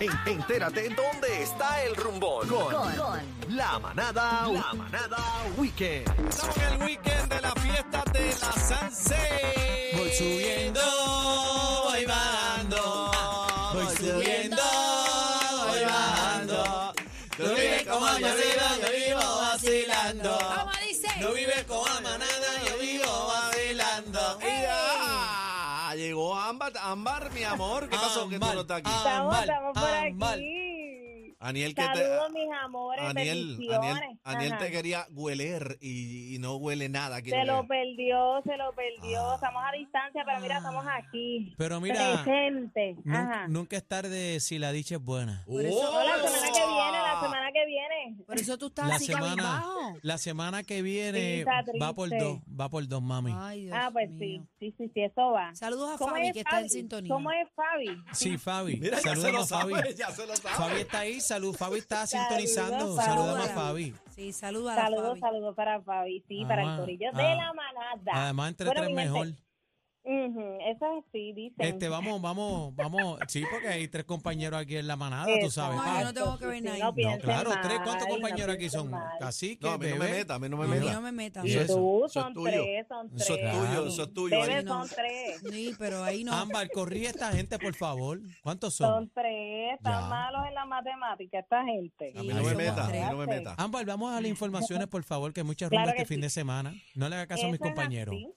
En- entérate dónde está el rumbón. Con, la manada, la manada weekend. Estamos en el weekend de la fiesta de la Sanse. Voy subiendo, voy bajando. Voy subiendo, voy bajando. No vives como manada, yo vivo vacilando. ¿Cómo dice? No vives como manada, yo vivo vacilando. ¡Ea! Ah, Llegó Ámbar, Ámbar, mi amor. ¿Qué pasó que tú no estás aquí? Estamos, Ah, Mal, estamos por ah, aquí. mal. Aniel, que te. Saludos, mis amores. Aniel, bendiciones. Aniel, Aniel Ajá. te quería hueler y, y no huele nada. quiero Se lo que- perdió, se lo perdió. Ah. Estamos a distancia, pero mira, estamos aquí. Pero mira, Presente. nun- Ajá. nunca es tarde si la dicha es buena. Oh, No, la semana que viene, Ah. la semana que viene. Por eso tú estás La así semana, cabizbajo. la semana que Sí, viene está va por triste. dos, va por dos, mami. Ay, Dios Ah, pues sí, mío. sí, sí, sí, eso va. Saludos a ¿Cómo Fabi, es, que está en sintonía. ¿Cómo es Fabi? Sí, Fabi. Mira, ya se lo Saludamos a Fabi. sabe, ya se lo sabe. Fabi está ahí, salud. Fabi está sintonizando. Fabi. Saludamos a Fabi. Sí, saludos a la Saludos, Fabi. saludos para Fabi, sí, para el Ah, corillo ah. de la manada. Además, entre Bueno, tres mi gente, mejor. ujú, eso sí, dicen. Este, vamos, vamos, vamos. Sí, porque hay tres compañeros aquí en la manada, tú sabes. Ay, Ah, yo no tengo que ver Sí, sí, nadie. no No, no, piensen claro, mal, tres. ¿Cuántos no compañeros aquí piensen son? mal. Así que, No, a mí no me meta, a mí no me A mí meta. no me metan. Y Y eso, tú, eso es son tuyo. tres, son tres. Eso es tuyo, Claro. eso es tuyo. Bebé, ahí. son tres. Sí, pero ahí no. Ámbar, corrí a esta gente, por favor. ¿Cuántos Son son? tres, Ya. están malos en la matemática esta gente. A mí no me Somos meta, a mí no me tres. meta. Ámbar, vamos a las informaciones, por favor, que hay muchas Claro rondas que este sí. fin de semana. No le haga caso a mis Eso es compañeros. así.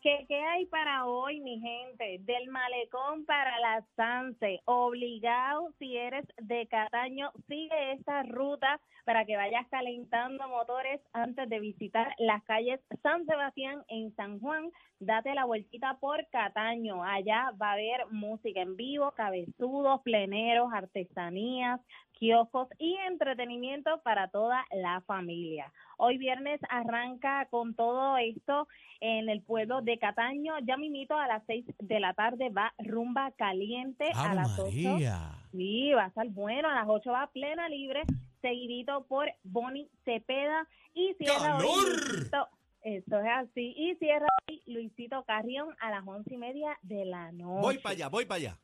¿Qué, ¿Qué hay para hoy, mi gente? Del malecón para la Sanse. Obligado, si eres de Cataño, sigue esta ruta para que vayas calentando motores antes de visitar las calles San Sebastián en San Juan. Date la vueltita por Cataño. Allá va a haber música en vivo, cabezudos, pleneros, artesanías, kioscos y entretenimiento para toda la familia. Hoy viernes arranca con todo esto en el pueblo de Cataño. Ya mimito a las seis de la tarde va rumba caliente a Ave las ocho. María. Sí, va a estar bueno. A las 8 va plena libre, seguidito por Bonnie Cepeda. Y cierra hoy Luisito- Eso es así. Y cierra hoy Luisito Carrión a las once y media de la noche. Voy para allá, voy para allá.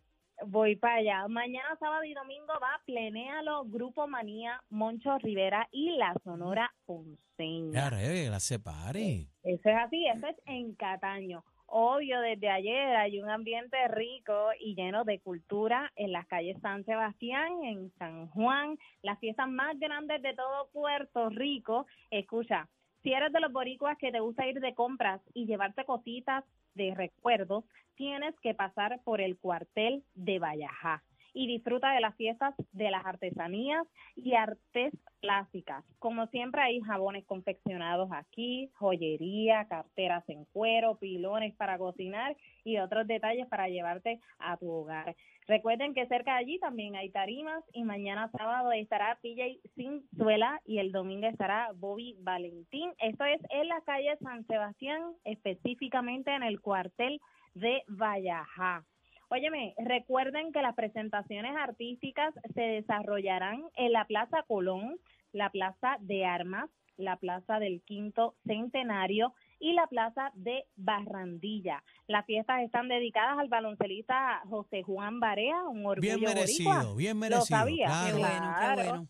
Voy para allá. Mañana, sábado y domingo va Plenéalo, Grupo Manía, Moncho Rivera y la Sonora Ponceña. Ya, rebe, la separe. Eso es así, eso es en Cataño. Obvio, desde ayer hay un ambiente rico y lleno de cultura en las calles San Sebastián, en San Juan, las fiestas más grandes de todo Puerto Rico. Escucha, si eres de los boricuas que te gusta ir de compras y llevarte cositas de recuerdos, tienes que pasar por el cuartel de Vallajá y disfruta de las fiestas de las artesanías y artes plásticas. Como siempre hay jabones confeccionados aquí, joyería, carteras en cuero, pilones para cocinar y otros detalles para llevarte a tu hogar. Recuerden que cerca de allí también hay tarimas y mañana sábado estará PJ Cinzuela y el domingo estará Bobby Valentín. Esto es en la calle San Sebastián, específicamente en el cuartel de Vallajá. Óyeme, recuerden que las presentaciones artísticas se desarrollarán en la Plaza Colón, la Plaza de Armas, la Plaza del Quinto Centenario y la Plaza de Barrandilla. Las fiestas están dedicadas al baloncelista José Juan Barea, un orgullo Bien merecido, boricua. bien Lo merecido. sabía. Qué Claro. bueno, qué Claro. bueno.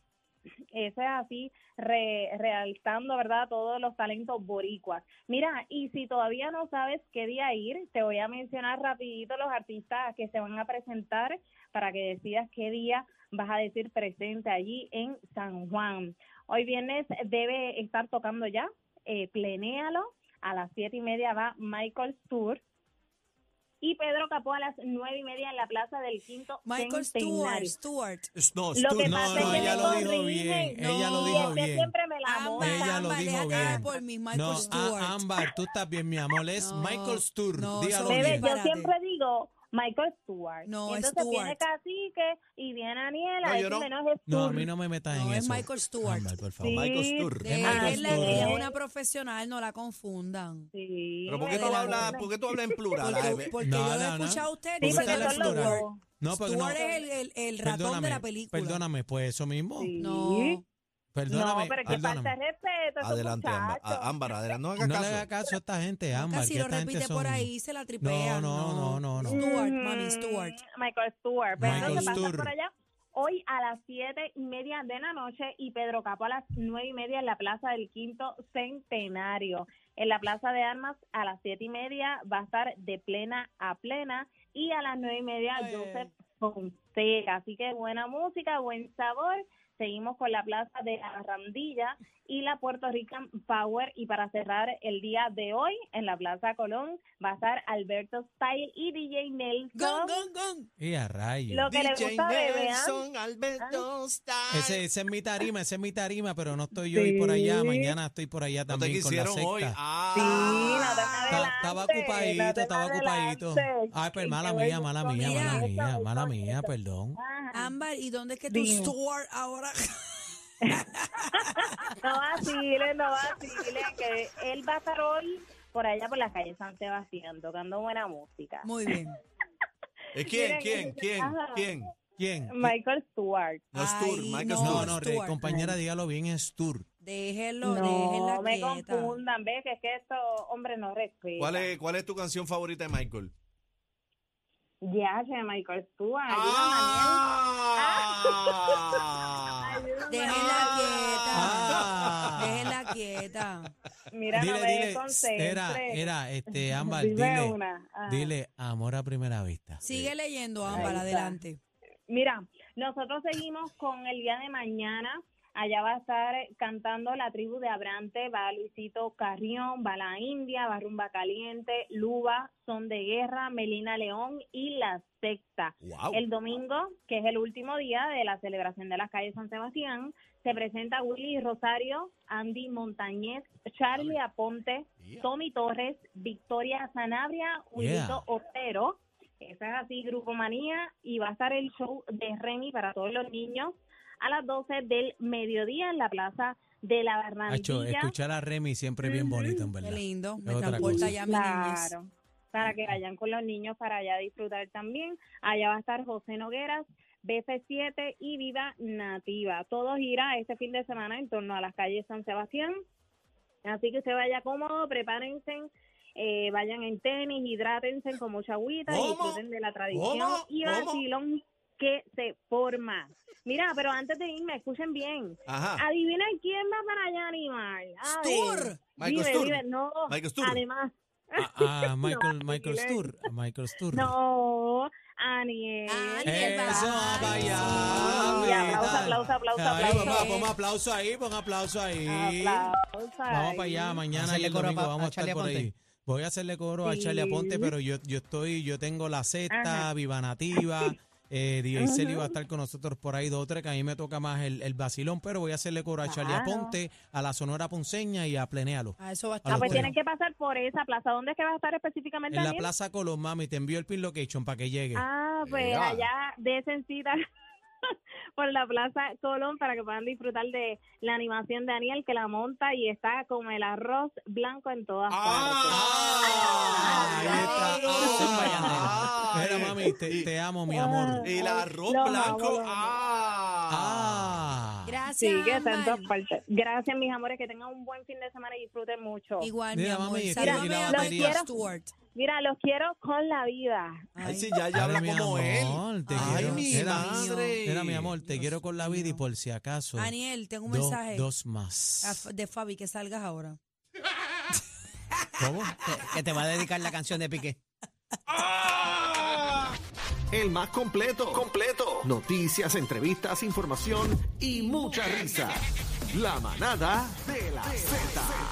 Eso es así, re- realzando, ¿verdad?, todos los talentos boricuas. Mira, y si todavía no sabes qué día ir, te voy a mencionar rapidito los artistas que se van a presentar para que decidas qué día vas a decir presente allí en San Juan. Hoy viernes debe estar tocando ya, eh, plenéalo. A las siete y media va Michael Tour. Y Pedro Capó a las nueve y media en la plaza del quinto Michael Stewart, centenario. Stewart. No, Lo que tú- pasa No, es no, que ella me lo dijo corrigen. bien. No, Ella lo y este dijo es que bien. siempre me la Ámbar, monta. Ella lo ámbar, dijo deja caer bien. por mí, Michael No, Stewart. a- Ámbar, tú estás bien, mi amor. Es No, Michael Stur. no, Dígalo son- Bebé, bien. yo Párate. siempre digo Michael Stewart. No, Y entonces Stewart. viene Cacique y viene Aniela. No, a yo decirme, no. no es No, a Stewart. mí no me metas No, en es eso. Michael Stewart. Ámbar, por favor. Sí. Michael Stur. Es Ah, Michael Déjenla, que ella es Stewart. una profesional, no la confundan. Sí, Pero ¿por qué de tú la hablas, buena. por qué tú hablas en plural? Ay, Porque, ve- porque No, yo lo he no, no. escuchado a usted Sí, dice porque que son es los Stewart. huevos. No, porque no. Stewart es el, el- el ratón Perdóname, de la película. Perdóname, pues eso mismo. Sí. No. Perdóname, no, pero que falta de perdóname. respeto. a esos Adelante, Ámbar, muchachos. A- Ámbar, adelante. No No hagas le haga caso. caso a esta gente, Ámbar. Casi que lo esta gente repite son- por ahí, se la tripea. no, no, no, no. Stewart, Mm, mami, Stewart. Michael Stewart. Pero Michael entonces Stewart. pasas por allá hoy a las siete y media de la noche y Pedro Capo a las nueve y media en la Plaza del Quinto Centenario. En la Plaza de Armas a las siete y media va a estar de plena a plena y a las nueve y media Ay, ay, Joseph Fonseca. Así que buena música, buen sabor. Seguimos con la Plaza de la Randilla y la Puerto Rican Power. Y para cerrar el día de hoy, en la Plaza Colón, va a estar Alberto Style y DJ Nelson. Gon, gon, gon. Y a rayo. Lo que le DJ gusta a Bebé, ¿ah? Nelson, Alberto Star. Ese, ese es mi tarima, ese es mi tarima, pero no estoy yo hoy por allá. Mañana estoy por allá no te también con la quisieron secta. hoy. Ah. Sí, no te Ta- me Estaba adelantes, ocupadito, no te me estaba ocupadito. adelantes. Ay, pues Sí, mala te voy mía, mala con mía, eso, mala voy mía, con mala eso. mía, pues. perdón. Ajá. Ámbar, ¿y dónde es que tu Dime. store ahora? No vaciles, no vaciles, que él va a estar hoy por allá por la calle San Sebastián tocando buena música. Muy bien. Eh, ¿Quién, Miren, quién, quién, ajá. quién? ¿Quién? Michael Stewart. No es Tour, Ay, Michael no. No, Tour. no, re- Stuart. compañera, dígalo bien, es Tour. Déjenlo, No, déjenla me quieta. confundan, ve que es que estos hombres no respetan. ¿Cuál es, ¿Cuál es tu canción favorita de Michael? Ya, se Michael Stewart. Ah. ¡Ah! Ayúdame, Daniel. Ayúdame. Déjenla quieta. Ah. Déjenla quieta. Mira, no dile, me dile, desconcentres. era, era, este, Ámbar, Dime dile, una, Ah, ajá. dile, amor a primera vista. Sigue leyendo, Ámbar, está. adelante. Mira, nosotros seguimos con el día de mañana. Allá va a estar eh, cantando la tribu de Abrante, va Luisito Carrión, va La India, va Rumba Caliente, Luba, Son de Guerra, Melina León y La Sexta. ¡Wow! Ah. El domingo, que es el último día de la celebración de las calles San Sebastián, se presenta Willy Rosario, Andy Montañez, Charlie Aponte, Tommy Torres, Victoria Sanabria, Wilito Otero. Esa es así, Grupo Manía. Y va a estar el show de Remy para todos los niños a las 12 del mediodía en la plaza de la Hacho, Barranquilla. escuchar a Remy siempre es bien bonito, en Qué verdad. lindo. Me Es otra transporta cosa. ya a mi niñez. Claro, para que vayan con los niños para allá a disfrutar también. Allá va a estar José Nogueras, BF7 y Viva Nativa. Todo gira este fin de semana en torno a las calles San Sebastián. Así que usted vaya cómodo, prepárense, eh, vayan en tenis, hidrátense con mucha agüita y ¿Cómo? disfruten de la tradición ¿Cómo? y ¿Cómo? vacilón que se forma. Mira, pero antes de irme, escuchen bien. Ajá. Adivina quién va para allá, animal. A ver. Stur. Michael Dime, Stur. dime, no. Michael Stur. Además, Ah, ah, Michael, No, Michael dile. Stur, Michael Stur. no, Aniel. Aniel, Eso, va. para allá. Ay, ¿qué aplauso, tal? aplauso, aplauso, Ahí, aplauso. papá, Pon aplauso ahí, pon aplauso ahí. Aplausos Vamos ahí. para allá, mañana y Hacerle el coro a domingo pa- vamos a, a estar Charlie por Aponte. ahí. Voy a hacerle coro a Charlie Aponte, pero yo, yo estoy, yo tengo la sexta, Ajá. Viva Nativa, eh, DJ Celi va a estar con nosotros por ahí dos o tres, que a mí me toca más el, el vacilón, pero voy a hacerle coro a Charlie Claro. Aponte, a la Sonora Ponceña y a Plenéalo. Ah, eso va a estar Ah, pues Aplausos. tienen que pasar por esa plaza. ¿Dónde es que vas a estar específicamente, En la Aniel? Plaza Colón, mami, te envío el pin location para que llegue. Ah, pues Ya. allá de cita por la Plaza Colón para que puedan disfrutar de la animación de Aniel que la monta y está con el arroz blanco en todas Ah, ahí ay, está. ay, Ah, ay, vaya, nena. ay. Mira, mami, te, te amo, mi amor. El arroz No, blanco. vámonos. Ah. Ah. Gracias. Sí, que está en Ámbar. todas partes. Gracias, mis amores, que tengan un buen fin de semana y disfruten mucho. Igual, Mira, mi amor. mami, es que- Salúdame y la a batería. Michael Stewart. Mira, los quiero con la vida. Ay, Ay. sí, ya, ya habla Ay, mi como amor, él. te Ay, quiero. mi Era- madre. Mira, mi amor, te Dios quiero con la vida y mío. por si acaso. Aniel, tengo un do- mensaje Dos a más. F- de Fabi, que salgas ahora. ¿Cómo? Que- Que te va a dedicar la canción de Piqué. El más completo. Completo. Noticias, entrevistas, información y mucha risa. La manada de la Z.